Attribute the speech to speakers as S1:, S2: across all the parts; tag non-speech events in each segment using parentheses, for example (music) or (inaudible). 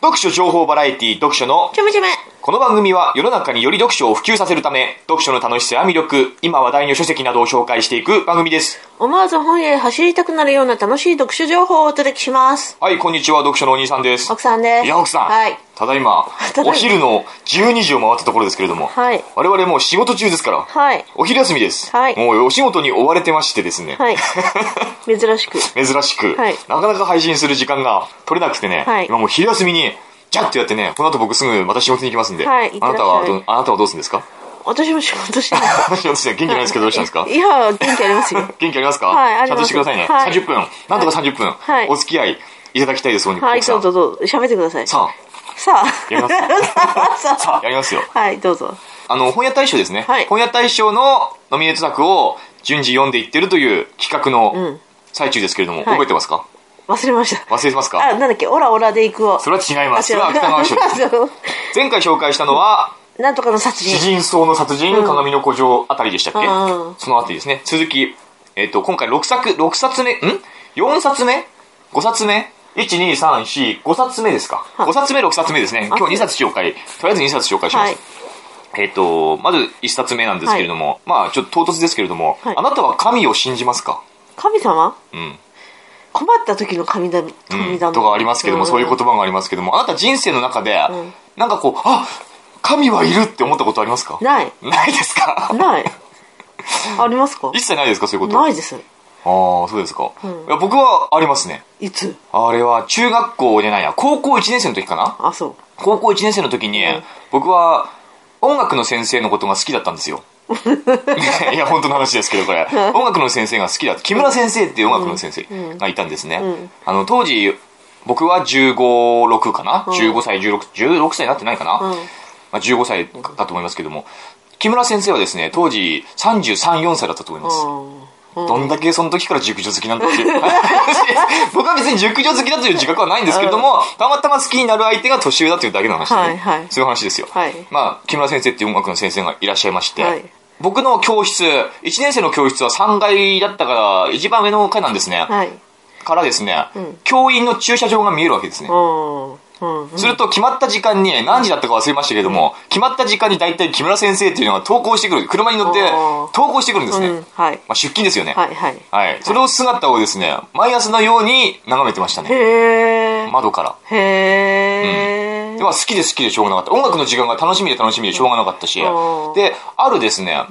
S1: 読書情報バラエティ読書の
S2: ちょめちょめ。
S1: この番組は世の中により読書を普及させるため読書の楽しさや魅力今話題の書籍などを紹介していく番組です
S2: 思わず本屋へ走りたくなるような楽しい読書情報をお届けします。
S1: はいこんにちは読書のお兄さんです
S2: 奥さんです。
S1: いや奥さん、
S2: はい。
S1: ただいま
S2: ただいま
S1: お昼の12時を回ったところですけれども、
S2: はい
S1: 我々もう仕事中ですから、
S2: はい。
S1: お昼休みです、
S2: はい
S1: もうお仕事に追われてましてですね、
S2: はい。珍
S1: (laughs)
S2: しく。
S1: 珍しく、
S2: はい
S1: なかなか配信する時間が取れなくてね、
S2: はい
S1: 今もう昼休みにジャッとやってねこの後僕すぐまた仕事に行きますんで、
S2: はい行っ
S1: あ
S2: てら
S1: な
S2: っしゃ
S1: た
S2: い
S1: はどあなたはどうするんですか
S2: 私も仕事してない。
S1: (laughs) 私は元気ないですけどどうしたんですか
S2: いや、元気ありますよ。
S1: (laughs) 元気ありますか
S2: はいあり
S1: ちゃん
S2: ま
S1: と
S2: す
S1: してくださいね、
S2: はい
S1: 30分なんとか30分、
S2: はい
S1: お付き合いいただきたいです本日
S2: はい、
S1: 奥さん
S2: どうぞどうぞ。喋ってください。さ
S1: さ
S2: あ。
S1: やります
S2: (laughs) さあ。
S1: あやりますよ
S2: はい、どうぞ。
S1: あの本屋大賞ですね、
S2: はい
S1: 本屋大賞のノミネート作を順次読んでいってるという企画の最中ですけれども、
S2: い
S1: 覚えてますか
S2: 忘れました。
S1: 忘れてますか
S2: あ、なんだっけ、オラオラで行くわ。
S1: それは違いますそれは
S2: あ
S1: 芥川賞
S2: (laughs)
S1: です
S2: 違う
S1: 前回紹介したのは
S2: なんとかの殺
S1: 詩
S2: 人。
S1: 人層の殺人、鏡の古城あたりでしたっけ、
S2: うん
S1: そのあたりですね続き、えっと今回6作六冊目ん4冊目5冊目12345冊目ですか
S2: はい
S1: 5冊目6冊目ですね今日2冊紹介とりあえず2冊紹介します、
S2: はい。
S1: えっ、とまず1冊目なんですけれども、まあちょっと唐突ですけれども、
S2: はい
S1: あなたは神を信じますか
S2: 神様
S1: うん、
S2: 困った時の神だ、
S1: う
S2: 神
S1: ん、
S2: だ、
S1: とかありますけども、そういう言葉がありますけどもあなた人生の中で、なんかこうあ神はいるって思ったことありますか
S2: ない。
S1: ないですか (laughs)
S2: ない。 (laughs) ありますか
S1: 一切ないですかそういうこと
S2: ないです。
S1: ああそうですか、
S2: ん
S1: いや僕はありますね
S2: いつ
S1: あれは中学校じゃないや高校1年生の時かな
S2: あ、そう。
S1: 高校1年生の時に、僕は音楽の先生のことが好きだったんですよいや本当の話ですけどこれ音楽の先生が好きだ木村先生っていう音楽の先生がいたんですね、
S2: ん
S1: あの当時僕は156かな、
S2: ん
S1: 15歳1616歳になってないかな、
S2: うん
S1: まあ、15歳だと思いますけども木村先生はですね当時334歳だったと思います、
S2: うん
S1: どんだけその時から熟女好きなんだ
S2: (laughs)
S1: っていう (laughs) 僕は別に熟女好きだという自覚はないんですけれども、たまたま好きになる相手が年上だというだけの話で、ね
S2: はいはい
S1: そういう話ですよ、
S2: はい
S1: まあ木村先生っていう音楽の先生がいらっしゃいまして、
S2: はい
S1: 僕の教室1年生の教室は3階だったから一番上の階なんですね、
S2: はい。
S1: からですね、
S2: ん
S1: 教員の駐車場が見えるわけですね、
S2: うん。うん。
S1: すると決まった時間に何時だったか忘れましたけれども、決まった時間に大体木村先生っていうのが登校してくる車に乗って
S2: あー
S1: 登校してくるんですね、
S2: うん。はい。
S1: まあ、出勤ですよね、
S2: はい、はい。
S1: はい。それを姿をですね、毎朝のように眺めてましたね。
S2: へー。
S1: 窓から。
S2: へー。
S1: でまあ好きで好きでしょうがなかった。音楽の時間が楽しみで楽しみでしょうがなかったし
S2: うん。
S1: で、あるですね、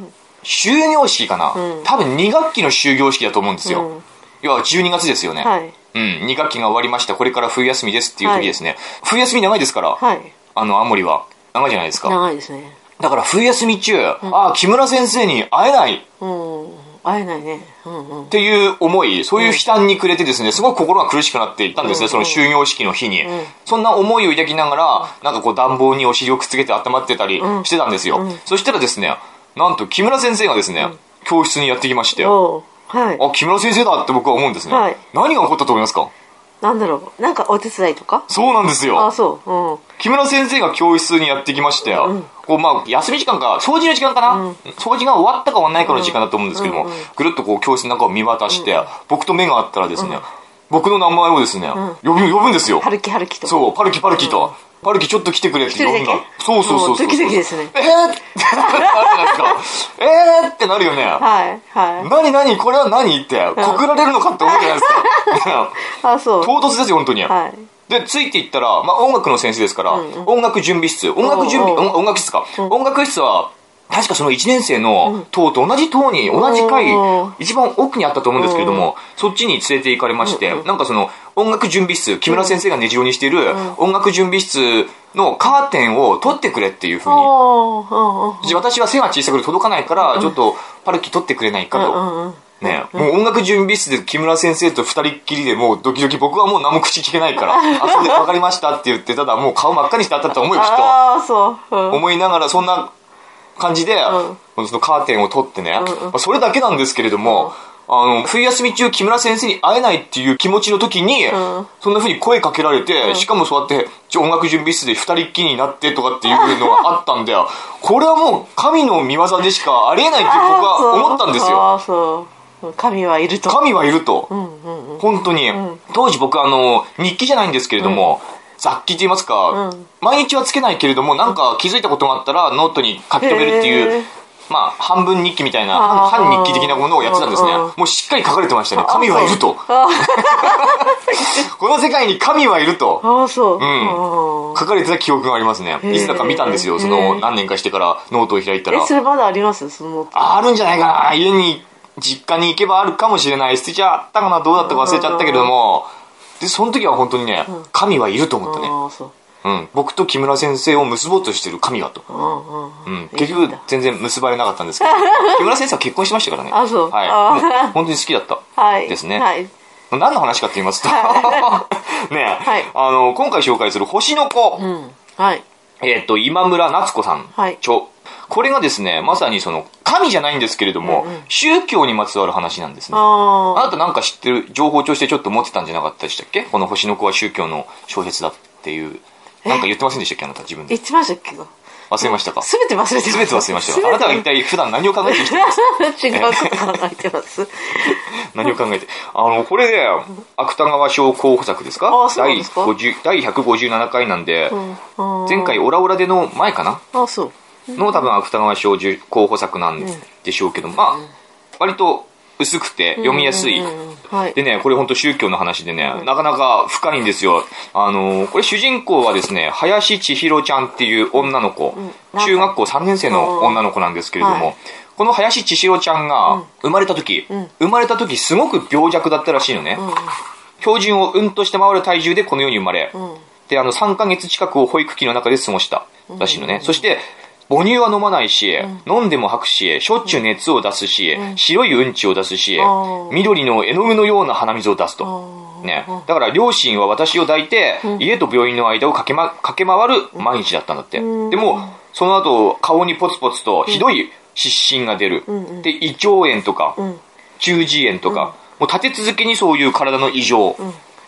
S1: 終業式かな、
S2: うん
S1: 多分2学期の終業式だと思うんですよ。
S2: うん
S1: 要は12月ですよね。
S2: はい。
S1: うん、2学期が終わりました。これから冬休みですっていう時ですね。冬休み長いですから、
S2: はい。
S1: あの、青森は。長いじゃないですか。
S2: 長いですね。
S1: だから冬休み中、ああ、木村先生に会えない
S2: うん。会えないね。うんうん
S1: っ。ていう思い、そういう悲嘆に暮れてですね、すごく心が苦しくなっていったんですね、
S2: うん
S1: その終業式の日に、
S2: ん
S1: そんな思いを抱きながら、なんかこう暖房にお尻をくっつけて温まってたり
S2: うん
S1: してたんですよ。
S2: うん
S1: そしたらですね、なんと木村先生がですね、教室にやってきまして、あ、
S2: おうはい。
S1: 木村先生だって僕は思うんですね。
S2: はい
S1: 何が起こったと思いますか
S2: なんだろう。なんかお手伝いとか
S1: そうなんです
S2: あ、
S1: よ。
S2: そう。うん。
S1: 木村先生が教室にやってきまして、こうまあ、休み時間か、掃除の時間かな、掃除が終わったか終わらないかの時間だと思うんですけども、
S2: うんうん
S1: ぐるっとこう教室の中を見渡して、僕と目が合ったらですね、僕の名前をですね、呼ぶ、呼ぶんですよ。
S2: 春樹春樹と。
S1: そう、パルキパルキと、パルキちょっと来てくれって呼ん
S2: 一人だ
S1: だ。そうそうそうそう。
S2: もうドキドキですね
S1: えーって (laughs) なるじゃないですか。えーってなるよね。
S2: はい。は
S1: 何何これは何って、告られるのかって思うじゃないです
S2: (laughs)
S1: か。
S2: い。あ、そう。
S1: 唐突ですよ、本当に。
S2: はい。
S1: で、ついていったら、まあ、音楽の先生ですから、音楽準備室、音楽準備、
S2: おうおう
S1: 音音楽室か、音楽室は、確かその1年生の塔と同じ塔に、同じ階
S2: おうおう、
S1: 一番奥にあったと思うんですけれども、そっちに連れて行かれまして、なんかその、音楽準備室、木村先生が根城にしている音楽準備室のカーテンを取ってくれっていうふうに、
S2: おーうんうん。
S1: じ私は背が小さくて届かないから、ちょっとパルキ取ってくれないかと。
S2: うんうん。
S1: ねもう音楽準備室で木村先生と二人っきりでもうドキドキ僕はもう何も口聞けない (laughs) から「あそれで分かりました」って言ってただもう顔真っ赤にしてあったと思うよきっと
S2: ああ、そう。うん。
S1: 思いながらそんな感じで、そのカーテンを取ってね、まあそれだけなんですけれども、あの冬休み中木村先生に会えないっていう気持ちの時に、
S2: ん
S1: そんな風に声かけられて、しかもそうやってちょ音楽準備室で二人っきりになってとかっていうのがあったんでこれはもう神の見業でしかありえないって僕は思ったんですよ。
S2: ああそう神はいると
S1: 神はいると、本当に、当時僕あの日記じゃないんですけれども、雑記と言いますか、
S2: うん
S1: 毎日はつけないけれどもなんか気づいたことがあったらノートに書き留めるってい
S2: へ
S1: う
S2: ー
S1: まあ半分日記みたいな
S2: あー
S1: 半半日記的なものをやってたんですね
S2: うんうん
S1: もうしっかり書かれてましたね神はいると (laughs) この世界に神はいると
S2: ああ、そう。
S1: ん
S2: あー
S1: 書かれてた記憶がありますね
S2: ー
S1: いつだか見たんですよそ
S2: へ
S1: の
S2: ー
S1: 何年かしてからノートを開いたら
S2: え、それまだありますその。
S1: あるんじゃないかな家に実家に行けばあるかもしれない捨てちゃったかなどうだったか忘れちゃったけれどもでその時は本当にね神はいると思ったね、
S2: ああ、そう。
S1: うん、僕と木村先生を結ぼうとしてる神はと、
S2: うんうんう。
S1: うんん、結局全然結ばれなかったんですけど (laughs) 木村先生は結婚しましたからね
S2: あそう
S1: はい、
S2: あ
S1: もう本当に好きだった、
S2: はい。
S1: ですね
S2: はい。
S1: 何の話かと言いますとね (laughs) え、
S2: はい
S1: あの今回紹介する「星の子」
S2: うん。はい。
S1: えっ、と、今村夏子さん、
S2: はい
S1: 著これがですね、まさにその、神じゃないんですけれども、宗教にまつわる話なんですね。
S2: あ
S1: あ
S2: あ。
S1: なたなんか知ってる情報としてちょっと持ってたんじゃなかったでしたっけこの星の子は宗教の小説だっていう。なんか言ってませんでしたっけあなた自分で。
S2: 言ってましたっけど。
S1: 忘れましたか
S2: すべて忘れてます。
S1: 全て忘れましたよ。あなたは一体普段何を
S2: (laughs)
S1: 考えて生きてる
S2: 違うこと考えてます。
S1: 何を考えて。あの、これで、芥川賞候補作ですか
S2: あそうなんですか
S1: 第50第157回なんで、
S2: うんうん
S1: 前回オラオラでの前かな
S2: ああ、そう。
S1: の多分芥川賞受候補作なんでしょうけど、まあ割と薄くて読みやすい、
S2: うんうんはい
S1: で。ねこれ本当宗教の話でね、なかなか深いんですよあのーこれ主人公はですね林千尋ちゃんっていう女の子、
S2: うん
S1: 中学校3年生の女の子なんですけれども、
S2: はい
S1: この林千尋ちゃんが生まれた時、生まれた時すごく病弱だったらしいのね、標準をうんとして回る体重でこの世に生まれ、
S2: ん
S1: であの3ヶ月近くを保育器の中で過ごしたらしいのね、そして母乳は飲まないし、飲んでも吐くししょっちゅう熱を出すし、白いうんちを出すし、
S2: ー
S1: 緑の絵の具のような鼻水を出すと
S2: あ、ー
S1: ね、だから両親は私を抱いて、家と病院の間を駆け,、ま、駆け回る毎日だったんだって、
S2: うん
S1: でもその後顔にポツポツとひどい湿疹が出る、
S2: んうん
S1: で胃腸炎とか、
S2: うん。
S1: 中耳炎とか、もう立て続けにそういう体の異常っ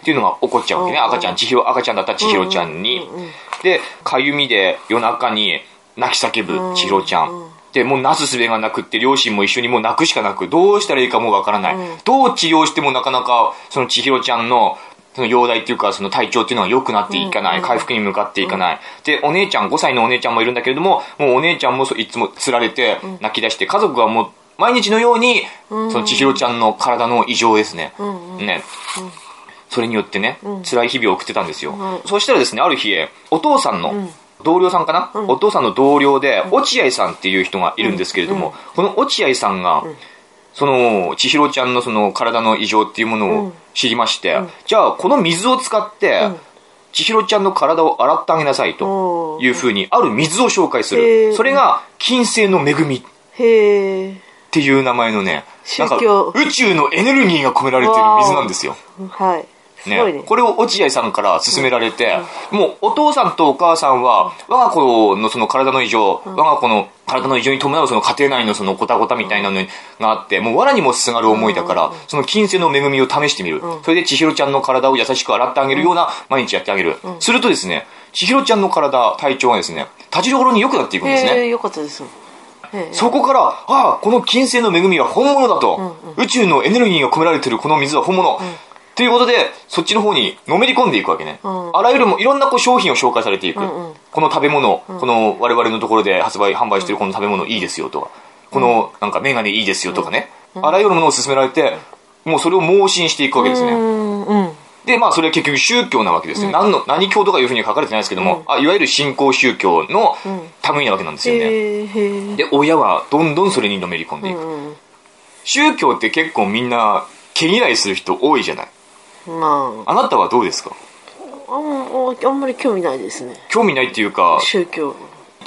S1: ていうのが起こっちゃうわけね、
S2: うんうん
S1: 赤ちゃん千尋赤ちゃんだったら千尋ちゃんに、
S2: うんうん
S1: でかゆみで夜中に泣き叫ぶ千尋ちゃん、でもうなすすべがなくって両親も一緒にもう泣くしかなくどうしたらいいかもうわからない、どう治療してもなかなかその千尋ちゃんのその容体っていうかその体調っていうのは良くなっていかない、回復に向かっていかない、でお姉ちゃん5歳のお姉ちゃんもいるんだけれどももうお姉ちゃんもそういつもつられて泣き出して家族はもう毎日のようにその千尋ちゃんの体の異常ですね、ねそれによってね、辛い日々を送ってたんですよ、そうしたらですねある日お父さんの同僚さんかな、お父さんの同僚で落合さんっていう人がいるんですけれども、この落合さんが、その千尋ちゃんのその体の異常っていうものを知りまして、じゃあこの水を使って、千尋ちゃんの体を洗ってあげなさいというふうにある水を紹介す
S2: へ
S1: る
S2: ー
S1: それが金星の恵み
S2: へえ。
S1: っていう名前のね
S2: 宗
S1: なんか
S2: 教
S1: 宇宙のエネルギーが込められている水なんですよ
S2: はい。すごい
S1: ね
S2: ね、。
S1: これを落合さんから勧められて、もうお父さんとお母さんは我が子のその体の異常、我が子の体の異常に伴うその家庭内のそのごたごたみたいなのがあってもう藁にもすがる思いだから、その金星の恵みを試してみる、それで千尋ちゃんの体を優しく洗ってあげるような毎日やってあげる、するとですね千尋ちゃんの体体調がですね立ちどころに良くなっていくんですね、
S2: へえ、よかったです。へえ
S1: そこから、ああ、この金星の恵みは本物だと、宇宙のエネルギーが込められてるこの水は本物。ということで、そっちの方にのめり込んでいくわけね。
S2: ん
S1: あらゆるも、いろんなこう商品を紹介されていく。
S2: んうん
S1: この食べ物、この我々のところで発売、販売してるこの食べ物いいですよとか、このなんかメガネいいですよとかね、あらゆるものを勧められて、もうそれを盲信していくわけですね。
S2: うん、うん。
S1: で、まあ、それは結局宗教なわけですよ。何の、何教とかいうふうには書かれてないですけども、あいわゆる信仰宗教の類なわけなんですよね。
S2: へえ、へえ。
S1: で親はどんどんそれにのめり込んでいく、
S2: うん
S1: 宗教って結構みんな毛嫌いする人多いじゃない
S2: ま
S1: あなたはどうですか
S2: あ、あんあんまり興味ないですね。
S1: 興味ないっていうか
S2: 宗教。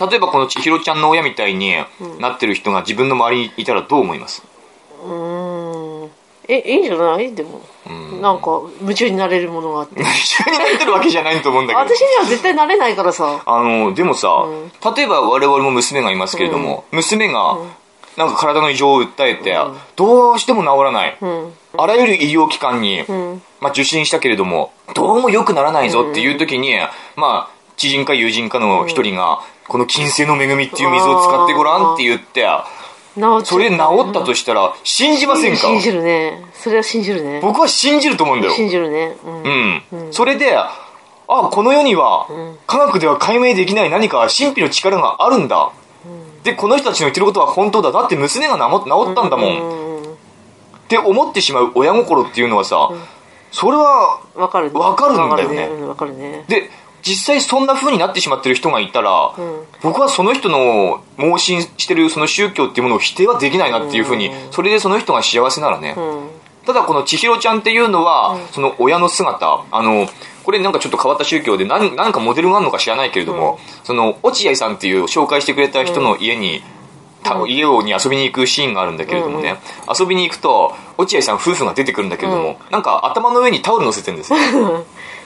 S1: 例えばこの千尋ちゃんの親みたいになってる人が自分の周りにいたらどう思います (laughs)
S2: うーん。え、いいんじゃないでも。なんか、夢中になれるものがあって。
S1: 一緒になってるわけじゃないと思うんだけど
S2: (laughs) 私には絶対なれないからさ。
S1: あのでもさ、例えば我々も娘がいますけれども、娘がなんか体の異常を訴えて、どうしても治らない、
S2: ん
S1: あらゆる医療機関に、まあ、受診したけれどもどうも良くならないぞっていう時に、まあ知人か友人かの一人が、この金星の恵みっていう水を使ってごらんって言って
S2: 治っ
S1: それで治ったとしたら信じませんか
S2: 信じるね。それは信じるね。
S1: 僕は信じると思うんだよ
S2: 信じるね。うん。
S1: うん、それでああこの世には
S2: ん
S1: 科学では解明できない何か神秘の力があるんだ、でこの人たちの言ってることは本当だだって娘がなも治ったんだもん、っ
S2: うん
S1: て思ってしまう親心っていうのはさ、それは
S2: わかるね
S1: わかるんだよね
S2: わかるね
S1: で実際そんな風になってしまってる人がいたら、
S2: ん
S1: 僕はその人の盲信してるその宗教っていうものを否定はできないなっていう風に、それでその人が幸せならね、
S2: わかるね
S1: ただこの千尋ちゃんっていうのは、その親の姿あのこれなんかちょっと変わった宗教で何何かモデルがあるのか知らないけれども、その落合さんっていう紹介してくれた人の家に、た家をに遊びに行くシーンがあるんだけれどもね、遊びに行くと落合さん夫婦が出てくるんだけれども、なんか頭の上にタオル乗せてるんですよ、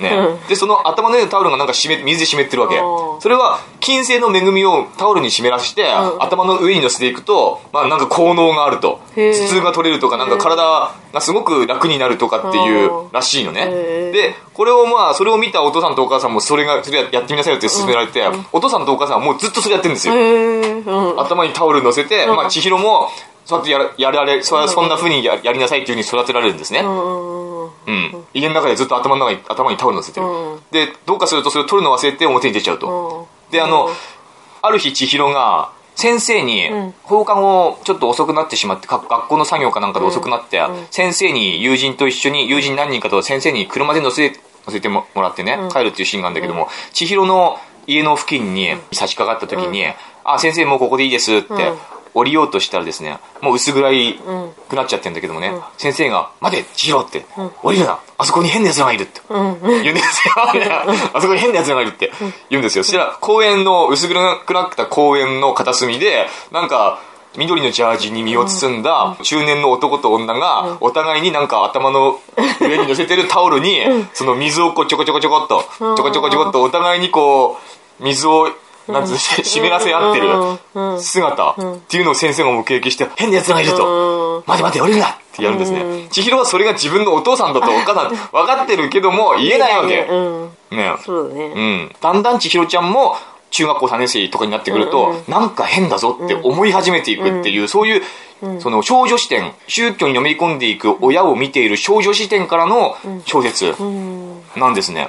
S1: ねでその頭の上のタオルがなんか湿水で湿ってるわけ
S2: おー
S1: それは金星の恵みをタオルに湿らして、
S2: ん
S1: 頭の上に乗せていくと、まあ、なんか効能があると
S2: へ
S1: 頭
S2: ー
S1: 痛が取れるとかなんか体がすごく楽になるとかってい
S2: うん
S1: うらしいのね
S2: へー
S1: でこれをまあそれを見たお父さんとお母さんもそれがそれやってみなさいよって勧められて、お父さんとお母さんはもうずっとそれやってるんですよ、
S2: へえうん
S1: 頭にタオル乗せて、
S2: ん
S1: まあ、千尋もそうやってやらやられそ
S2: うん
S1: そんな風にややりなさいっていう風に育てられるんですね、
S2: うんうん
S1: うん、家の中でずっと頭の中に頭にタオル乗せてる、
S2: うん
S1: でどうかするとそれを取るの忘れて表に出ちゃうと、
S2: うん
S1: であのある日千尋が先生に
S2: ん
S1: 放課後ちょっと遅くなってしまってか学校の作業かなんかで遅くなって、先生に友人と一緒に友人何人かと先生に車で乗せ乗せてももらってね、帰るっていうシーンがあるんだけども、千尋の家の付近に差し掛かった時に「あ先生もうここでいいです」って、
S2: ん
S1: 降りようとしたらですねもう薄暗い
S2: ん
S1: くなっちゃってるんだけどもね、先生が「待て千尋」って、降りるなあそこに変な奴らがいる」って、言うんですよあそこに変な奴らがいるって言うんですよそしたら公園の薄暗くなった公園の片隅でなんか緑のジャージに身を包んだ中年の男と女がお互いになんか頭の上に乗せてるタオルにその水をこうちょこちょこちょこっとちょこちょこちょこっとお互いにこう水をなんつうの湿らせ合ってる姿っていうのを先生が目撃して変な奴らがいると
S2: うん
S1: 待て待て降りるなってやるんですね千尋はそれが自分のお父さんだとお母 (laughs) さん分かってるけども言えないわけ
S2: うん
S1: ね
S2: そうだね
S1: うんだんだん千尋ちゃんも中学校3年生とかになってくると、なんか変だぞって思い始めていくっていう、そういう、その少女視点宗教にのめり込んでいく親を見ている少女視点からの小説
S2: うん
S1: なんですね、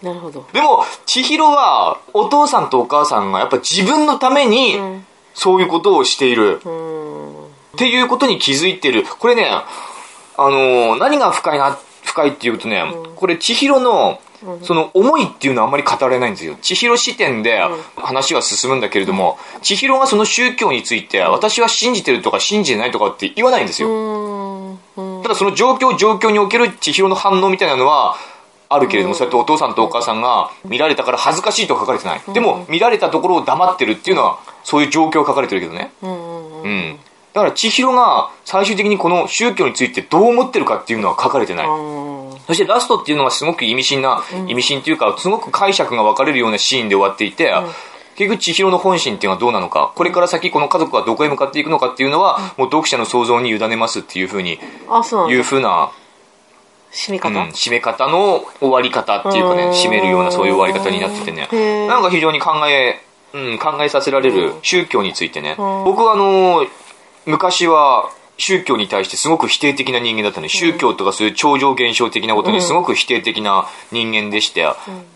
S2: なるほど
S1: でも千尋はお父さんとお母さんがやっぱ自分のために
S2: ん
S1: そういうことをしている、
S2: うん
S1: っていうことに気づいてる。これね、あのー何が深いな、深いっていうとね、これ、千尋の、その思いっていうのはあんまり語られないんですよ。千尋視点で話は進むんだけれども、千尋がその宗教について、私は信じてるとか信じてないとかって言わないんです
S2: う
S1: よ。
S2: んうん
S1: ただその状況状況における千尋の反応みたいなのはあるけれども、そうやってお父さんとお母さんが見られたから恥ずかしいとは書かれてない。でも、見られたところを黙ってるっていうのは、そういう状況が書かれてるけどね。
S2: うんうん
S1: うん、だから千尋が最終的にこの宗教についてどう思ってるかっていうのは書かれてない、
S2: うん
S1: そしてラストっていうのはすごく意味深な、意味深というかすごく解釈が分かれるようなシーンで終わっていて、結局千尋の本心っていうのはどうなのかこれから先この家族はどこへ向かっていくのかっていうのは、もう読者の想像に委ねますっていうふうに
S2: あそうなん
S1: い
S2: だ
S1: うふうな、
S2: 締め
S1: うん
S2: 方、
S1: 締め方の終わり方っていうかね
S2: うん
S1: 締めるようなそういう終わり方になっててね
S2: へー
S1: なんか非常に考え、うん、考えさせられる宗教についてね
S2: ん
S1: 僕はあのー昔は宗教に対してすごく否定的な人間だったね宗教とかそういう超常現象的なことにすごく否定的な人間でして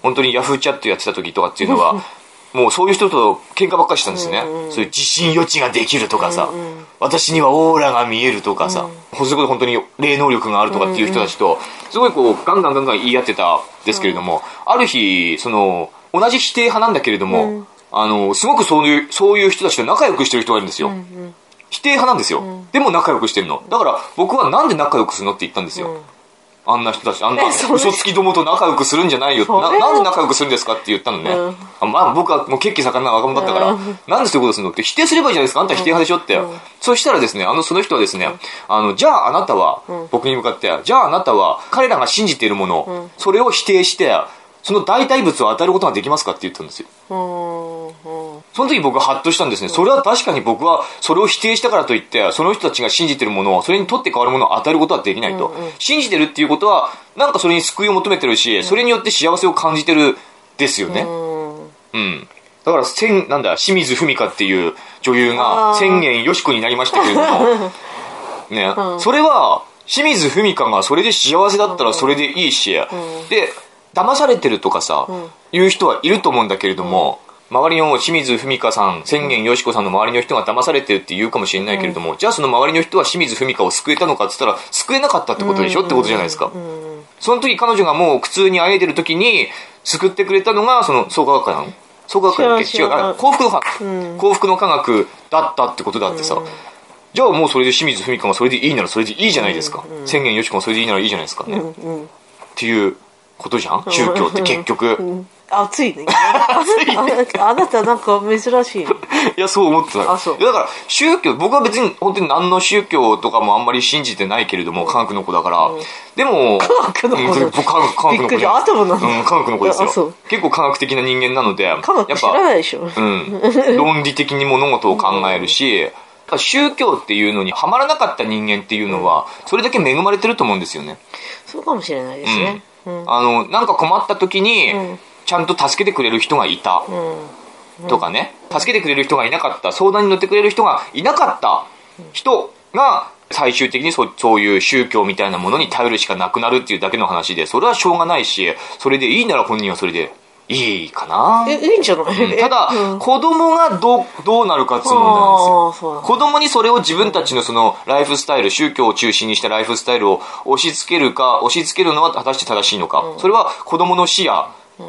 S1: 本当にヤフーチャットやってた時とかっていうのはもうそういう人と喧嘩ばっかりしてたんですねそういう地震予知ができるとかさ私にはオーラが見えるとかさそれこそ本当に霊能力があるとかっていう人たちとすごいこうガンガンガンガン言い合ってたんですけれどもある日その同じ否定派なんだけれどもあのすごくそういうそういう人たちと仲良くしてる人がいるんですよ否定派なんですよ、でも仲良くしてるのだから僕はなんで仲良くするのって言ったんですよ、あんな人たちあんな
S2: えそれ
S1: 嘘つきどもと仲良くするんじゃないよ
S2: それは
S1: ななんで仲良くするんですかって言ったのね、
S2: うん
S1: あまあ僕はもう血気盛んな若者だったから、
S2: う
S1: なんでそういうことするのって否定すればいいじゃないですかあんた否定派でしょって、そしたらですねあのその人はですね、あのじゃああなたは、僕に向かってじゃああなたは彼らが信じているもの、それを否定してその代替物を与えることができますかって言ったんですよ
S2: うんうん
S1: その時僕はハッとしたんですね。それは確かに僕はそれを否定したからといって、その人たちが信じてるものを、それに取って代わるものを与えることはできないと。信じてるっていうことは、なんかそれに救いを求めてるし、それによって幸せを感じてるですよね。
S2: うん
S1: うん。だから、せん、なんだ、清水文香っていう女優
S2: あ
S1: が、
S2: ー
S1: 千言よしこになりましたけれども、ね、
S2: ん
S1: それは、清水文香がそれで幸せだったらそれでいいし、で、騙されてるとかさ、いう人はいると思うんだけれども、周りの清水文香さん、千言よしこさんの周りの人が騙されてるって言うかもしれないけれども、じゃあその周りの人は清水文香を救えたのかって言ったら、救えなかったってことでしょ、ってことじゃないですか。その時彼女がもう苦痛にあえいでる時に、救ってくれたのが、その創価学科なの創価学科だっけ
S2: 違
S1: 違
S2: う
S1: う、あ
S2: 違う
S1: 幸福の科学、幸福の科学だったってことだってさ、じゃあもうそれで清水文香がそれでいいならそれでいいじゃないですか。千言よしこもそれでいいならいいじゃないですかね。っていうことじゃん宗教って結局。(laughs)
S2: 暑いねあなたなんか珍しいね
S1: いや、そう思ってたよ
S2: あそう
S1: いやだから、宗教、僕は別に本当に何の宗教とかもあんまり信じてないけれども、科学の子だから。でも、科
S2: 学の子だ
S1: 僕、科学科学の子
S2: びっくりアトムなんだ
S1: うん、科学の子です
S2: あそ
S1: よ
S2: う。
S1: 結構科学的な人間なので、やっ
S2: 科学知らないでしょ (laughs)
S1: うん、論理的に物事を考えるし、やっぱ宗教っていうのにはまらなかった人間っていうのは、それだけ恵まれてると思うんですよね。
S2: そうかもしれないですね
S1: あの、なんか困った時に、ちゃんと助けてくれる人がいた。とかね、助けてくれる人がいなかった、相談に乗ってくれる人がいなかった人が、最終的にそそういう宗教みたいなものに頼るしかなくなるっていうだけの話で、それはしょうがないし、それでいいなら本人はそれでいいかな。
S2: えいいんじゃない、
S1: ただ、子供がどうどうなるかっていう問題なんですよ。
S2: ああそうなんだ
S1: 子供にそれを自分たちのそのライフスタイル、宗教を中心にしたライフスタイルを押し付けるか、押し付けるのは果たして正しいのか。それは子供の視野、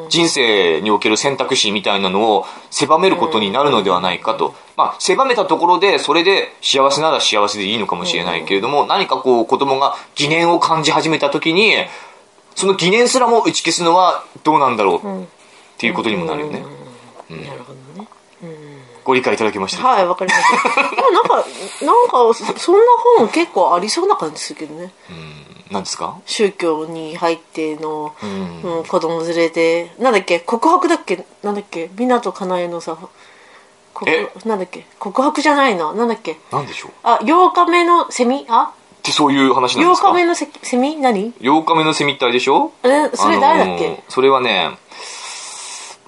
S1: 人生における選択肢みたいなのを狭めることになるのではないかと。まあ、狭めたところで、それで幸せなら幸せでいいのかもしれないけれども、何かこう子供が疑念を感じ始めた時に、その疑念すらも打ち消すのはどうなんだろうっていうことにもなるよね。
S2: なるほどね
S1: ご理解いただけました。
S2: はい、わかりました。でもなんか、なんか、そそんな本結構ありそうな感じするけどね。
S1: 何ですか
S2: 宗教に入っての、うんん子供連れて、なんだっけ、告白だっけ、なんだっけ、湊かなえのさ、告
S1: え
S2: なんだっけ、告白じゃないな、なんだっけ、
S1: 何でしょう
S2: あ、8日目のセミあ
S1: ってそういう話なんで
S2: ?8
S1: すか
S2: 日目のセセミ何
S1: 8日目のセミってあれでしょ
S2: あれそれ誰だっけ、
S1: あのーそれはね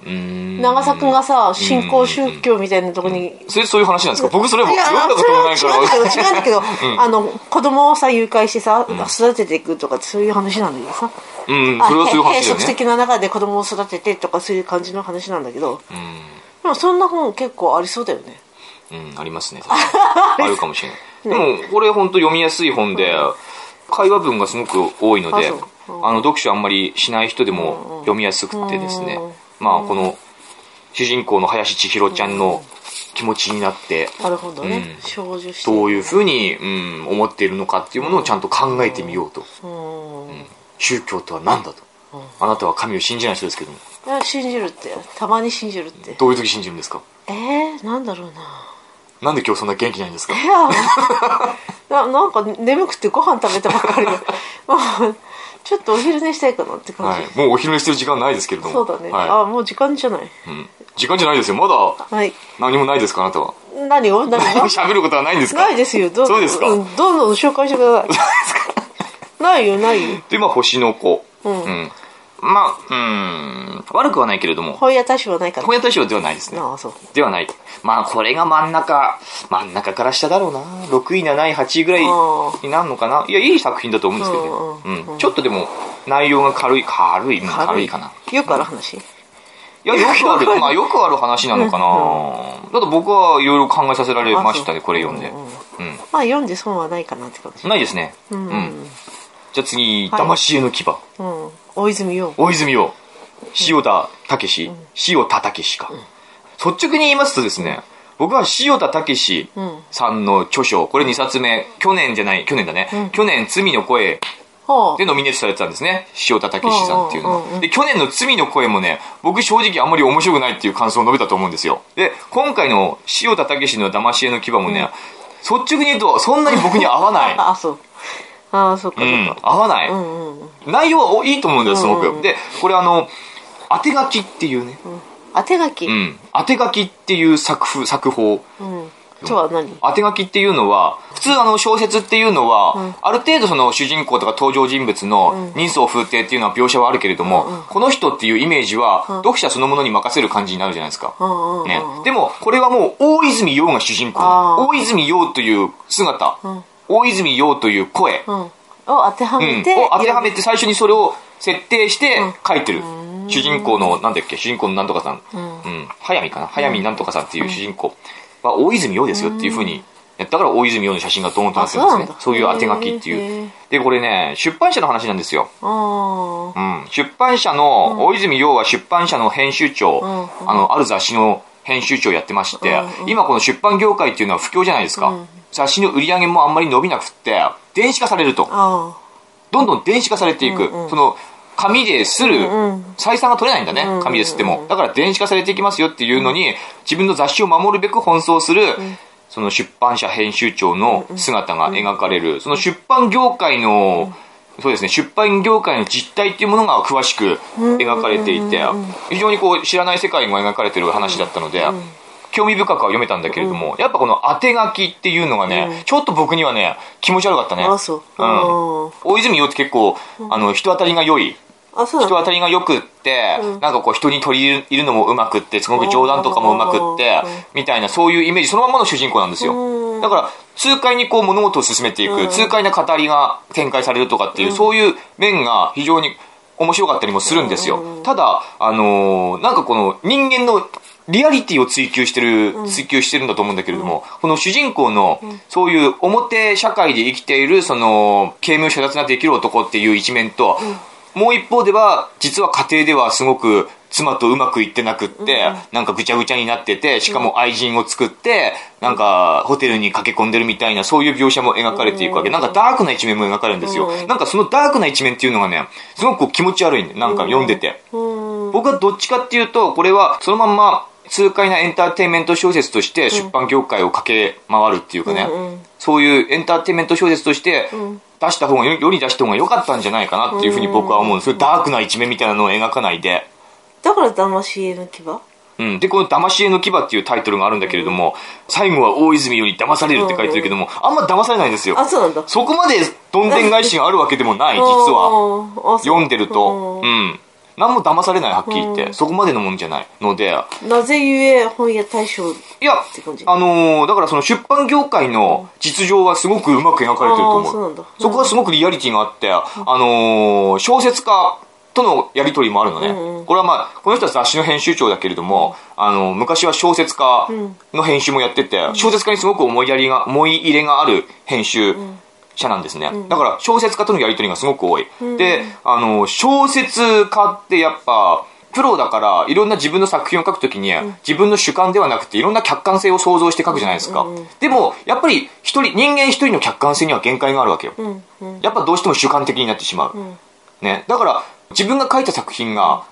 S1: うーん
S2: 長作がさ、信仰宗教みたいなとこに、
S1: それそういう話なんですか僕それも
S2: いや
S1: 読んだこともない
S2: そ
S1: か
S2: れ
S1: ら
S2: は違うんだけど、違うんだけど、あの、子供をさ、誘拐してさ、育てていくとかってそういう話なんだけどさ。
S1: うん
S2: あ
S1: それはそういう
S2: へ
S1: 話
S2: 閉
S1: だよ
S2: 塞
S1: ね
S2: 的な中で子供を育ててとかそういう感じの話なんだけど、でもそんな本結構ありそうだよね
S1: うんありますね確かにあるかもしれないでもこれ本当読みやすい本で会話文がすごく多いので
S2: あそ
S1: あの読書あんまりしない人でも読みやすくてですね
S2: うん
S1: まあこの主人公の林千尋ちゃんの気持ちになって
S2: なるほどね、
S1: うん
S2: 少女して
S1: どういうふうに、うん、思っているのかっていうものをちゃんと考えてみようと
S2: うん
S1: 宗教とは何だとあなたは神を信じない人ですけども
S2: いや信じるってたまに信じるって
S1: どういう時信じるんですか
S2: えー、なんだろうな
S1: なんで今日そんな元気ないんですか (laughs)
S2: いやななんか眠くてご飯食べたばっかりで (laughs) もうちょっとお昼寝したいかなって感
S1: は
S2: じ、
S1: い、もうお昼寝してる時間ないですけれども
S2: そうだね、
S1: は
S2: あもう時間じゃない
S1: いうん、時間じゃないですよまだ
S2: はい
S1: 何もないですかあなたは
S2: 何を何を
S1: 喋ることはないんですか
S2: ないですよど
S1: そうですか
S2: んどんどん紹介してくださいないよないよ
S1: でまあ星の子、
S2: ん
S1: うんまあうん悪くはないけれども
S2: 本屋大賞はないから
S1: 本屋大賞ではないですね
S2: なあそう
S1: ではないまあこれが真ん中真ん中から下だろうな6位7位8位ぐらいになるのかないやいい作品だと思うんですけどね、うんちょっとでも内容が軽い軽いうん軽いかな
S2: よくある話
S1: いやよく
S2: (laughs)
S1: あるまあよくある話なのかなだと僕はいろいろ考えさせられましたね
S2: あそう
S1: これ読んで
S2: うんうん
S1: う
S2: まあ読んで損はないかなって感じ
S1: んないですねうん、じゃあ次「魂への牙」
S2: うん大泉洋
S1: 大泉洋塩田武史、塩田武史か、率直に言いますとですね僕は塩田武史さんの著書これ2冊目去年じゃない去年だね、去年「罪の声」
S2: は
S1: でノミネートされてたんですね塩田武史さんっていうのは、
S2: うんうんうん
S1: で去年の「罪の声」もね僕正直あんまり面白くないっていう感想を述べたと思うんですよで今回の塩田武史の「騙し絵の牙」もね、率直に言うとそんなに僕に合わない
S2: (laughs) ああそうああそっかそっ
S1: うん
S2: か、
S1: 合わない、
S2: うんうん
S1: 内容はおいいと思うんだよすごく、
S2: うんうん
S1: でこれあの当て書きっていうね、うん
S2: 当て書きうん
S1: 当て書きっていう作風作法
S2: とは何
S1: 当て書きっていうのは普通あの小説っていうのは、ある程度その主人公とか登場人物の人相風景っていうのは描写はあるけれども、この人っていうイメージは読者そのものに任せる感じになるじゃないですか、
S2: うんうんうん
S1: ね、でもこれはもう大泉洋が主人公
S2: あー
S1: 大泉洋という姿、大泉洋という声、
S2: うんを当ては
S1: うん
S2: めて
S1: を当てはめて最初にそれを設定して書いてる、主人公のなんだっけ主人公のなんとかさん、うん早見かな早見なんとかさんっていう主人公は大泉洋ですよっていうふうにだから大泉洋の写真がドーンとなってるんです
S2: あそうなん
S1: ね
S2: だ
S1: そういう当て書きって
S2: へ
S1: い
S2: ー
S1: うでこれね出版社の話なんですよ
S2: ああ
S1: うん、出版社の、大泉洋は出版社の編集長、
S2: うん
S1: あのある雑誌の編集長やってまして、
S2: うんうん
S1: 今この出版業界っていうのは不況じゃないですか、
S2: うん
S1: 雑誌の売り上げもあんまり伸びなくって電子化されると
S2: あ
S1: どんどん電子化されていく、
S2: うんうん
S1: その紙でする
S2: うんうん
S1: 採算が取れないんだね、
S2: うんうん
S1: 紙ですってもだから電子化されていきますよっていうのに、自分の雑誌を守るべく奔走する、その出版社編集長の姿が描かれる、その出版業界の、そうですね出版業界の実態っていうものが詳しく描かれていて、非常にこう知らない世界が描かれてる話だったので、興味深くは読めたんだけれども、やっぱこの当て書きっていうのがね、ちょっと僕にはね気持ち悪かったね
S2: ああそうあ
S1: 大泉洋って結構あの人当たりが良い
S2: ああ
S1: 人
S2: そうなん
S1: 当
S2: だ
S1: たりが良くって、
S2: うん
S1: なんかこう人に取り入るのもうまくってすごく冗談とかもうまくって
S2: うん
S1: みたいなそういうイメージそのままの主人公なんです
S2: う
S1: よ
S2: ん
S1: だから痛快にこう物事を進めていく、
S2: うん
S1: 痛快な語りが展開されるとかっていう、そういう面が非常に面白かったりもするんですよ、ただあのーなんかこの人間のリアリティを追求してる、追求してるんだと思うんだけれども、この主人公の、そういう表社会で生きている、その、軽妙遮断ができる男っていう一面と、もう一方では、実は家庭ではすごく妻とうまくいってなくって、なんかぐちゃぐちゃになってて、しかも愛人を作って、なんかホテルに駆け込んでるみたいな、そういう描写も描かれていくわけ。なんかダークな一面も描かれるんですよ
S2: う。ん
S1: なんかそのダークな一面っていうのがね、すごくこう気持ち悪いんで、なんか読んでて。
S2: うん
S1: 僕はどっちかっていうとこれはそのまんま痛快なエンターテインメント小説として出版業界を駆け回るっていうかね、
S2: うんうん
S1: そういうエンターテインメント小説として
S2: ん
S1: 出した方がよ世に出した方が良かったんじゃないかなっていうふうに僕は思うんですよ、ダークな一面みたいなのを描かないで。
S2: だから騙し絵の牙あ
S1: うん、でこの「騙し絵の牙」っていうタイトルがあるんだけれども、最後は大泉洋に騙されるって書いてるけども、あんま騙されないんですよ
S2: そうなんだ
S1: そこまでどんでん返しがあるわけでもない実は
S2: は
S1: 読んでると、うん、何も騙されないはっきり言って、そこまでのもんじゃないので
S2: なぜゆえ本屋大賞
S1: いや
S2: て感じ、
S1: あのーだからその出版業界の実情はすごくうまく描かれてると思う。
S2: あーそうなんだ
S1: そこはすごくリアリティがあって、あのー小説家とのやり取りもあるのね、
S2: うんうん
S1: これはまあ、この人は雑誌の編集長だけれども、あのー昔は小説家の編集もやってて、小説家にすごく思いやりが、思い入れがある編集。者なんですね、だから小説家とのやり取りがすごく多い、であのー小説家ってやっぱプロだからいろんな自分の作品を書くときに、自分の主観ではなくていろんな客観性を想像して書くじゃないですか、
S2: うんうん
S1: でもやっぱり一人人間一人の客観性には限界があるわけよ、
S2: うんうん
S1: やっぱどうしても主観的になってしまう、
S2: ん
S1: ね、だから自分が書いた作品が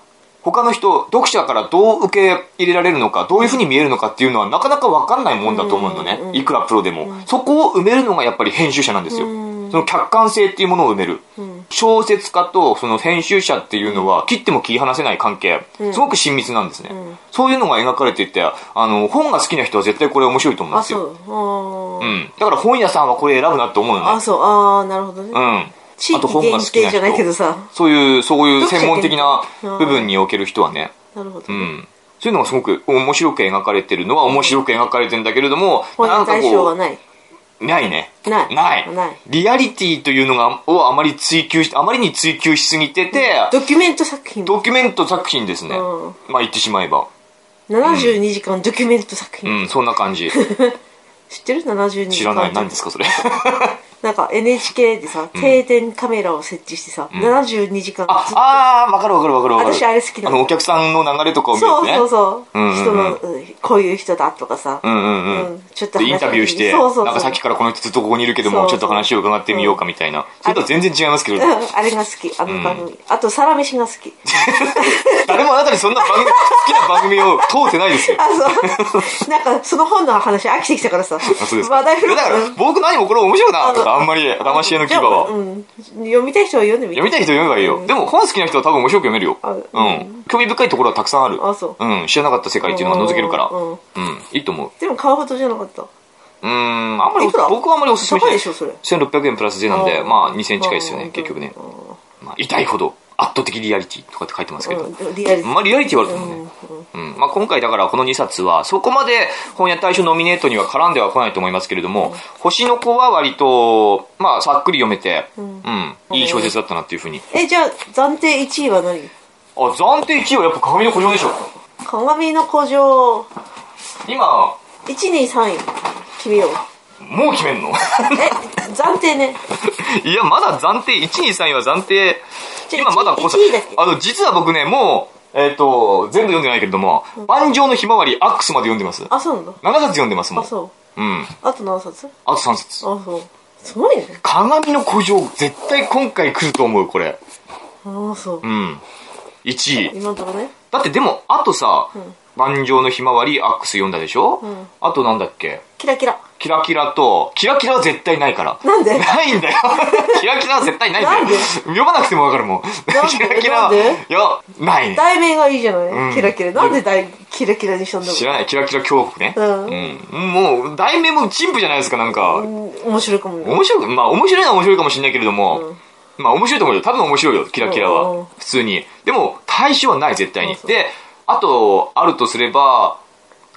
S1: 他の人読者からどう受け入れられるのかどういうふうに見えるのかっていうのはなかなか分かんないもんだと思うのね、
S2: うんうん
S1: いくらプロでも、そこを埋めるのがやっぱり編集者なんですよ、
S2: うん
S1: その客観性っていうものを埋める、
S2: うん
S1: 小説家とその編集者っていうのは切っても切り離せない関係、
S2: うん
S1: すごく親密なんですね、
S2: ん
S1: そういうのが描かれていてあの本が好きな人は絶対これ面白いと思うん
S2: あ
S1: ですよ
S2: そう
S1: う
S2: あー
S1: ん、だから本屋さんはこれ選ぶなって思うの
S2: あ
S1: ね
S2: そうああなるほどね
S1: うん
S2: 地
S1: あと
S2: 域
S1: 本が
S2: 限
S1: 好き
S2: 定
S1: な
S2: じ
S1: 人
S2: ゃないけどさ
S1: そういうそういう専門的な
S2: うん
S1: 部分における人はね、
S2: なるほど
S1: う
S2: ね
S1: ん、そういうのがすごく面白く描かれてるのは面白く描かれてるんだけれども、
S2: 本
S1: な
S2: 屋
S1: んか
S2: 大賞は
S1: こ
S2: ない。
S1: うないね
S2: ない
S1: ない
S2: ない
S1: リアリティというのがをあまり追求しあまりに追求しすぎてて、
S2: ドキュメント作品。
S1: ドキュメント作品ですね、
S2: うん
S1: まあ言ってしまえば
S2: 72時間ドキュメント作
S1: う
S2: 品。
S1: んそんな感
S2: (laughs)
S1: じ
S2: 知ってる ?72 時
S1: 知
S2: 間
S1: ら
S2: っ
S1: ない
S2: て。
S1: 何ですかそれ
S2: なんか NHK でさ、定点カメラを設置してさ、72時間ずっと。
S1: ああーわかるわかるわかるわかる
S2: 私あれ好きな
S1: あ
S2: の
S1: のお客さんの流れとかを見る
S2: そう
S1: ね
S2: そうそう。
S1: うんうんうん
S2: 人の、うんこういう人だとかさ。
S1: うんうんうん、
S2: うんちょっと話
S1: でインタビューして
S2: そうそうそう
S1: なんかさっきからこの人ずっとここにいるけども
S2: そう
S1: ち
S2: そ
S1: ょ
S2: う
S1: っと話を伺ってみようかみたいなそれとは全然違いますけど
S2: うんあれが好き、あの番組。あと、サラメシが好き。
S1: 誰もあなたにそんな番組
S2: (laughs)
S1: 好きな番組を通ってないですよ
S2: あ、
S1: (laughs)
S2: そう。なんか、その本の話飽きてきたからさ。
S1: あそうですか
S2: 話題
S1: いやだから僕何もこれ面白いなとかあんまり騙し屋の牙は
S2: うん。読みたい人は読んでみて
S1: 読みたい人読めばいいよ、でも本好きな人は多分面白く読めるよ
S2: あ
S1: うん興味深いところはたくさんある
S2: あそうん
S1: 知らなかった世界っていうのが覗けるから
S2: う
S1: うん
S2: ん
S1: いいと思う
S2: でも、川端じゃなかった。
S1: うんあんまり
S2: いくら
S1: 僕はあんまりおすすめしない
S2: 高いでしょそれ
S1: 1600円プラス税なんで
S2: うん
S1: まあ2000円近いですよ
S2: う
S1: ね
S2: ん
S1: 結局ね
S2: う、ん
S1: まあ、痛いほど圧倒的リアリティとかって書いてますけど、
S2: うんリアリティ
S1: まあリアリティはあると思うね、うんまあ、今回だからこの2冊はそこまで本屋大賞ノミネートには絡んではこないと思いますけれども、星の子は割と、まあ、さっくり読めて、うんいい小説だったなっていうふうに
S2: えじゃあ暫定1位は何
S1: あ暫定1位はやっぱ鏡の古城でしょ
S2: 鏡の古城
S1: 今
S2: 123位決めよう
S1: もう決めんの (laughs)
S2: え暫定ね
S1: いやまだ暫定123位は暫定
S2: じゃあ
S1: 今まだこそ
S2: 一位だっけ
S1: あの実は僕ねもうえっ、と全部読んでないけれども「万丈のひまわり」アックスまで読んでます7
S2: あそうなんだ
S1: 冊読んでますも
S2: あ
S1: ん
S2: そう
S1: うん
S2: うあと何冊あ
S1: あと3冊
S2: そうすごいね
S1: 鏡の古城絶対今回来ると思うこれ
S2: あそう
S1: うん1位
S2: 今のとこね
S1: だってでもあとさ「万丈のひまわり」アックス読んだでしょ、あとなんだっけ
S2: キラキラ
S1: キラキラとキラキラは絶対ないから
S2: なんで
S1: ない
S2: (laughs)
S1: んだよキラキラは絶対ないんだよ
S2: なんで
S1: 読まなくてもわかるもん
S2: なんで
S1: キラキラ
S2: な
S1: は
S2: んで
S1: いやないね
S2: (laughs) 題名がいいじゃない、
S1: ん
S2: キラキラなんで題キラキラにしたんだろ
S1: 知らないキラキラ恐怖ね
S2: うん
S1: うん、もう題名も陳腐じゃないですかなんか、
S2: ううん面白いかもね
S1: 面白くまあ面白いのは面白いかもしれないけれども、まあ面白いと思うよ多分面白いよキラキラ
S2: うんうん
S1: は普通にでも対象はない絶対に
S2: そうそう
S1: であとあるとすれば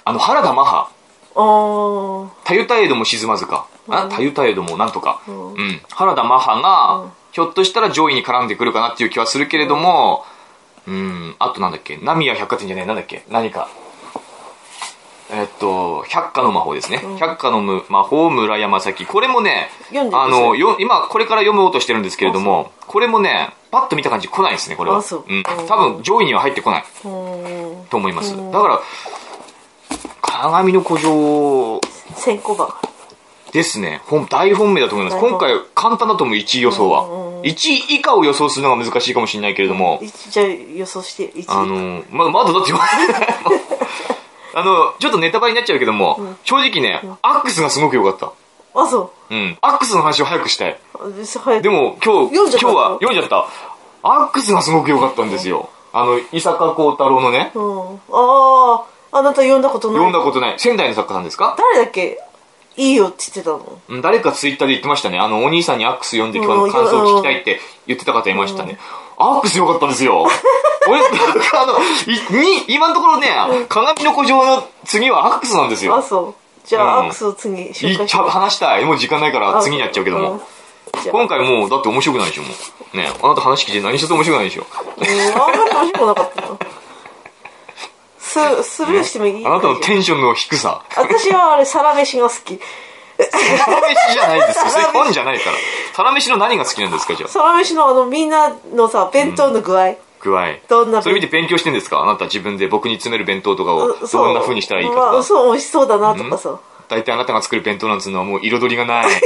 S1: あの原田マハ
S2: あー
S1: たゆたえども沈まずかあたゆたえどもなんとか、うんん原田マハがひょっとしたら上位に絡んでくるかなっていう気はするけれどもうんあとなんだっけ浪谷百貨店じゃねえなんだっけ何かえっと百花の魔法ですね、百花のむ魔法村山崎これもね
S2: 読んでます
S1: あのよ今これから読もうとしてるんですけれどもこれもねパッと見た感じ来ないですねこれは
S2: あそう
S1: うん、多分上位には入ってこないう
S2: ーん
S1: と思いますだ
S2: う
S1: か
S2: ん
S1: ら鏡の古城
S2: 先行馬
S1: ですね本大本命だと思います
S2: 大本
S1: 今回簡単だと思う1位予想は、
S2: うんうんうん
S1: 1位以下を予想するのが難しいかもしれないけれども、
S2: いじゃあ予想して1位
S1: あのままだだって言わ
S2: (laughs)
S1: ないあのちょっとネタバレになっちゃうけども、正直ね、アックスがすごく良かった
S2: あそ
S1: うんアックスの話を早くしたいう
S2: 私早く
S1: でも今日
S2: 読んじ
S1: 今
S2: ゃった
S1: 日は読んじゃったアックスがすごく良かったんですよ、あの伊坂幸太郎のね、
S2: うんあああなた読んだことない
S1: 読んだことない仙台の作家さんですか
S2: 誰だっけいいよって言ってたの
S1: うん誰かツイッターで言ってましたね。あの、お兄さんにアックス読んで今日の感想を聞きたいって言ってた方いましたね。アックス良かったんです
S2: (laughs)
S1: よ。俺、あの、いに、今のところね、鏡の古城の次はアックスなんです
S2: あ
S1: よ。
S2: そうじゃあ、
S1: うん
S2: アクスを次
S1: い
S2: 紹
S1: っ
S2: 介
S1: ちゃ話したい。もう時間ないから次にやっちゃうけども。
S2: うんじゃあ
S1: 今回もう、だって面白くないでしょ、もう。ねあなた話聞いて何一つ面白くないでしょ。
S2: うんあんまり面白くなかったなススルーしてもいい
S1: あなたのテンションの低さ。
S2: 私はあれサラメシが好き
S1: サラメシじゃないですよ。
S2: (laughs)
S1: それ本じゃないから。サラメシの何が好きなんですか、じゃあ。
S2: サラメシのあのみんなのさ弁当の具合、
S1: 具合。
S2: どんな
S1: それ見て勉強してんですかあなた自分で僕に詰める弁当とかを
S2: うそう
S1: どんな風にしたらいいかと
S2: まあ
S1: か。
S2: そう美味しそうだなとかさ、
S1: 大体あなたが作る弁当なんつうのはもう彩りが
S2: (laughs)
S1: ない。ね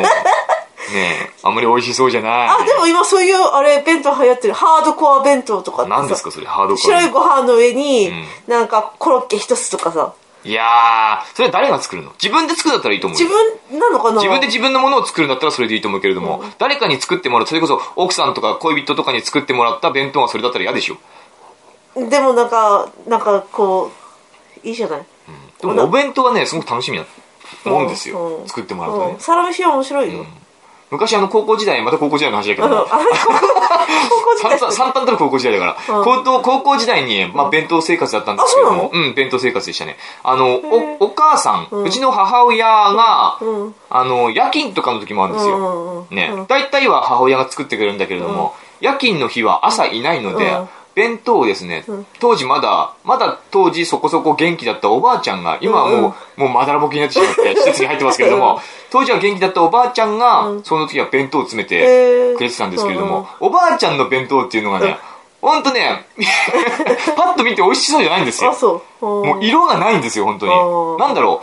S1: え、あんまり美味しそうじゃない。
S2: あでも今そういうあれ弁当流行ってるハードコア弁当とかってさ
S1: 何ですかそれ、ハードコ
S2: 白い
S1: ア。
S2: ご飯の上に、
S1: ん
S2: なんかコロッケ一つとかさ
S1: いやー、それは誰が作るの自分で作るんだったらいいと思う
S2: 自
S1: よ。
S2: 分なのかな
S1: 自分で自分のものを作るんだったらそれでいいと思うけれども、誰かに作ってもらう、それこそ奥さんとか恋人とかに作ってもらった弁当がそれだったら嫌でしょ。
S2: でもなんかなんかこういいじゃない
S1: でもねお弁当はね、すごく楽しみなもんです
S2: う
S1: よ。
S2: ん
S1: 作ってもらうと
S2: う
S1: ね
S2: ん。サラメシは面白いよ、
S1: 昔あの高校時代、また高校時代の話だけ
S2: あ
S1: ど
S2: の
S1: も
S2: あ、れ高校高
S1: 三
S2: 校時代
S1: 段三段たる高校時代だから、
S2: うん
S1: 高等高校時代に、まあ、弁当生活だったんですけれども
S2: あそう
S1: うん弁当生活でしたねあの
S2: へー
S1: おお母さん、うちの母親が、
S2: うん
S1: あの夜勤とかの時もあるんです
S2: う
S1: よ、
S2: んうんうん
S1: ね、大体は母親が作ってくれるんだけれども、夜勤の日は朝いないので、
S2: うん
S1: 弁当をですね、当時まだまだ当時そこそこ元気だったおばあちゃんが今はもう,、もうまだらぼけになってしまって
S2: (laughs)
S1: 施設に入ってますけれども、
S2: うん
S1: 当時は元気だったおばあちゃんが、その時は弁当を詰めて、
S2: へー
S1: くれてたんですけれど
S2: うんう
S1: も、おばあちゃんの弁当っていうのがね、ほんとね、 (laughs) パッと見て美味しそうじゃないんです
S2: んあ
S1: よ。
S2: そう
S1: もう色がないんですよ、本当
S2: うん
S1: に。なんだろ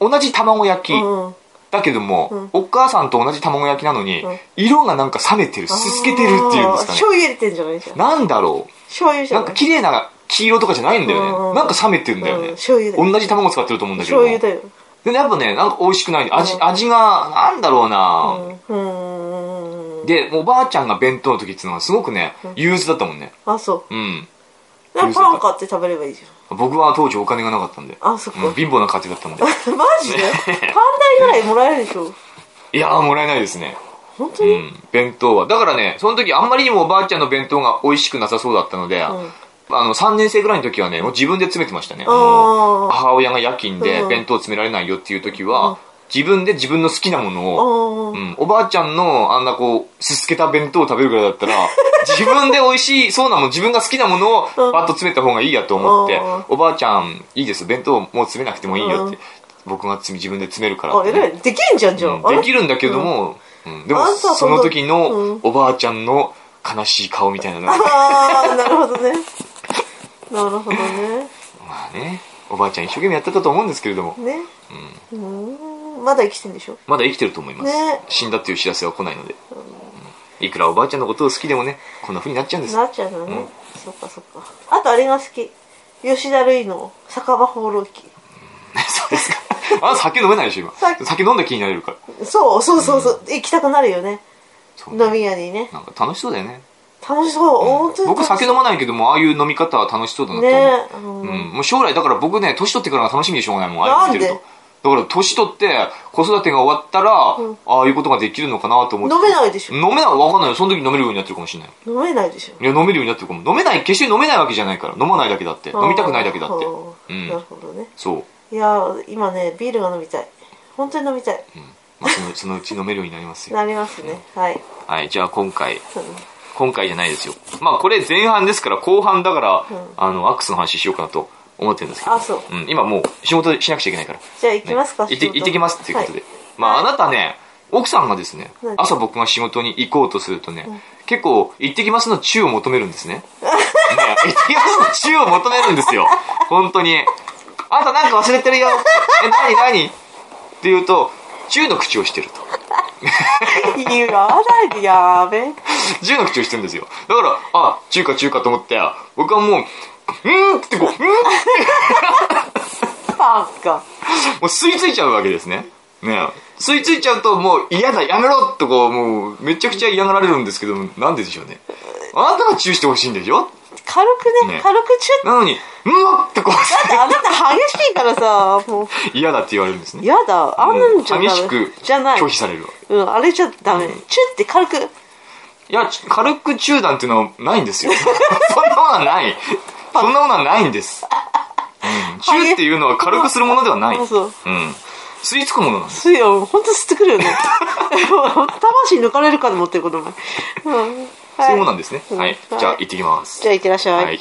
S1: う、同じ卵焼き、
S2: うん
S1: だけども、お母さんと同じ卵焼きなのに
S2: ん、
S1: 色がなんか冷めてる、すすけてるっていうんです
S2: あー
S1: かね。
S2: 醤油入れてんじゃないじゃん
S1: なんだろ
S2: 醤油
S1: う、
S2: じゃ
S1: なん
S2: ない
S1: か綺麗な黄色とかじゃないんだよ
S2: う
S1: ね。
S2: ん
S1: なんか冷めてるんだよ
S2: うん
S1: ね。
S2: 醤油だよ
S1: 同じ卵使ってると思うんだけど
S2: 醤
S1: も。
S2: 油だよ
S1: でやっぱね、なんか美味しくない。味、味が、なんだろうな
S2: うんうん
S1: で、おばあちゃんが弁当の時っていうのはすごくね、憂鬱だったもんね。
S2: あそ
S1: う
S2: う
S1: ん。
S2: だからパン買って食べればいいじ
S1: 僕は当時お金がなかったんで。
S2: ゃんあそっか、
S1: うん、貧乏な
S2: (laughs)
S1: 家庭だったんで。 (laughs)
S2: マジでパン代ぐらいもらえるでしょ
S1: いやー、もらえないですね。
S2: 本当
S1: う
S2: に、
S1: ん、弁当はだからねその時あんまりにもおばあちゃんの弁当が美味しくなさそうだったので、あの3年生ぐらいの時はねもう自分で詰めてましたねあの
S2: あー
S1: 母親が夜勤で
S2: うん
S1: 弁当詰められないよっていう時は、自分で自分の好きなものを
S2: うん
S1: うん、おばあちゃんのあんなこうすすけた弁当を食べるぐらいだったら自分で美味しいそうなもん自分が好きなものをバッと詰めた方がいいやと思って
S2: うん
S1: 「おばあちゃんいいです弁当もう詰めなくてもいいよ」って
S2: う
S1: 僕が詰め自分で詰めるからっ
S2: あ
S1: て
S2: 偉いできるんじゃんじゃ、
S1: うんん
S2: あれ
S1: できるんだけども、うんでも
S2: あんた
S1: そ
S2: はそん
S1: の
S2: な
S1: 時
S2: う
S1: の
S2: ん
S1: おばあちゃんの悲しい顔みたいなのが
S2: ああなるほどねなるほどね
S1: まあねおばあちゃん一生懸命やってたと思うんですけれども
S2: ねうんまだ生きてんでしょ
S1: まだ生きてると思います、
S2: ね
S1: 死んだっていう知らせは来ないので、うんいくらおばあちゃんのことを好きでもねこんな風になっちゃうんです
S2: なっちゃうのね、
S1: うん
S2: そっかそっかあとあれが好き吉田類の酒場放浪記
S1: (laughs) そうですか。あ、酒飲めないでしょ、今。
S2: 酒
S1: 酒飲んだ気になれるから。
S2: そうそうそうそう、行きたくなるよね
S1: そう
S2: 飲み屋にね
S1: なんか楽しそうだよね。
S2: 楽しそう、本当に
S1: 僕
S2: 楽しそう
S1: 酒飲まないけども、ああいう飲み方は楽しそうだなと
S2: ね
S1: 思
S2: え、う
S1: う。
S2: ん
S1: うん。もう将来、だから僕ね、年取ってからが楽しみでしょうがないもん、ああいうの見てる
S2: なん
S1: と。だから年取って子育てが終わったら、ああいうことができるのかなと思って。
S2: 飲めないでしょ
S1: 飲めない、わかんないよ。その時飲めるようになってるかもしれない。
S2: 飲めないでしょ
S1: いや、飲めるようになってるかも。飲めない、決して飲めないわけじゃないから。飲まないだけだって。飲みたくないだけだって
S2: あ。ー
S1: うん
S2: なるほどね
S1: そう。
S2: いやー今ねビールが飲みたい本当に飲みたい、
S1: まあ、そのそ (laughs) のうち飲めるようになりますよ。
S2: なりますねはい
S1: はい、じゃあ今回、
S2: そうね
S1: 今回じゃないですよまあこれ前半ですから後半だから、
S2: うん
S1: あのアックスの話しようかなと思ってるんですけど
S2: あそう、
S1: ん、今もう仕事しなくちゃいけないから、ね、
S2: じゃあ行きますか、
S1: 行って
S2: 仕事
S1: 行ってきますっていうことで、
S2: は
S1: まああなたね奥さんがですね
S2: 何
S1: 朝僕が仕事に行こうとするとね、結構行ってきますのチューを求めるんで
S2: (laughs)
S1: すねね行ってきますのチューを求めるんですよ本当にあなたなんか忘れてるよえ何何って言うとチューの口をしてると
S2: い、言わないでやーべ
S1: 銃の口をしてるんですよだからあ中華中華と思って僕はもううんってこううんも
S2: バカ
S1: う吸い付いちゃうわけですねねえ吸い付いちゃうともう嫌だやめろってこうもうめちゃくちゃ嫌がられるんですけどなんででしょうねあなたがチューしてほしいんでしょ
S2: 軽くね
S1: ね
S2: 軽くチュッ
S1: なのにうんわってこう
S2: あなた激しいからさもう
S1: 嫌だって言われるんですね
S2: やだあんなんじゃダメ
S1: 激しく
S2: じゃない
S1: 拒否されるわ
S2: うんあれじゃダメ、チュッて軽く
S1: いやち軽く中断っていうのはないんですよそんなものはないそんなものはないんです、うん、チューっていうのは軽くするものではない、うん、
S2: あ
S1: 吸
S2: そう
S1: い付くものなんです
S2: すよ本当吸って
S1: (laughs)
S2: くるよね (laughs) 魂抜かれるかと思ってるこの前、うんはい
S1: そうなんですね。はい。じゃあ、
S2: はい
S1: 行ってきます
S2: じ。ゃあいってらっしゃい
S1: はい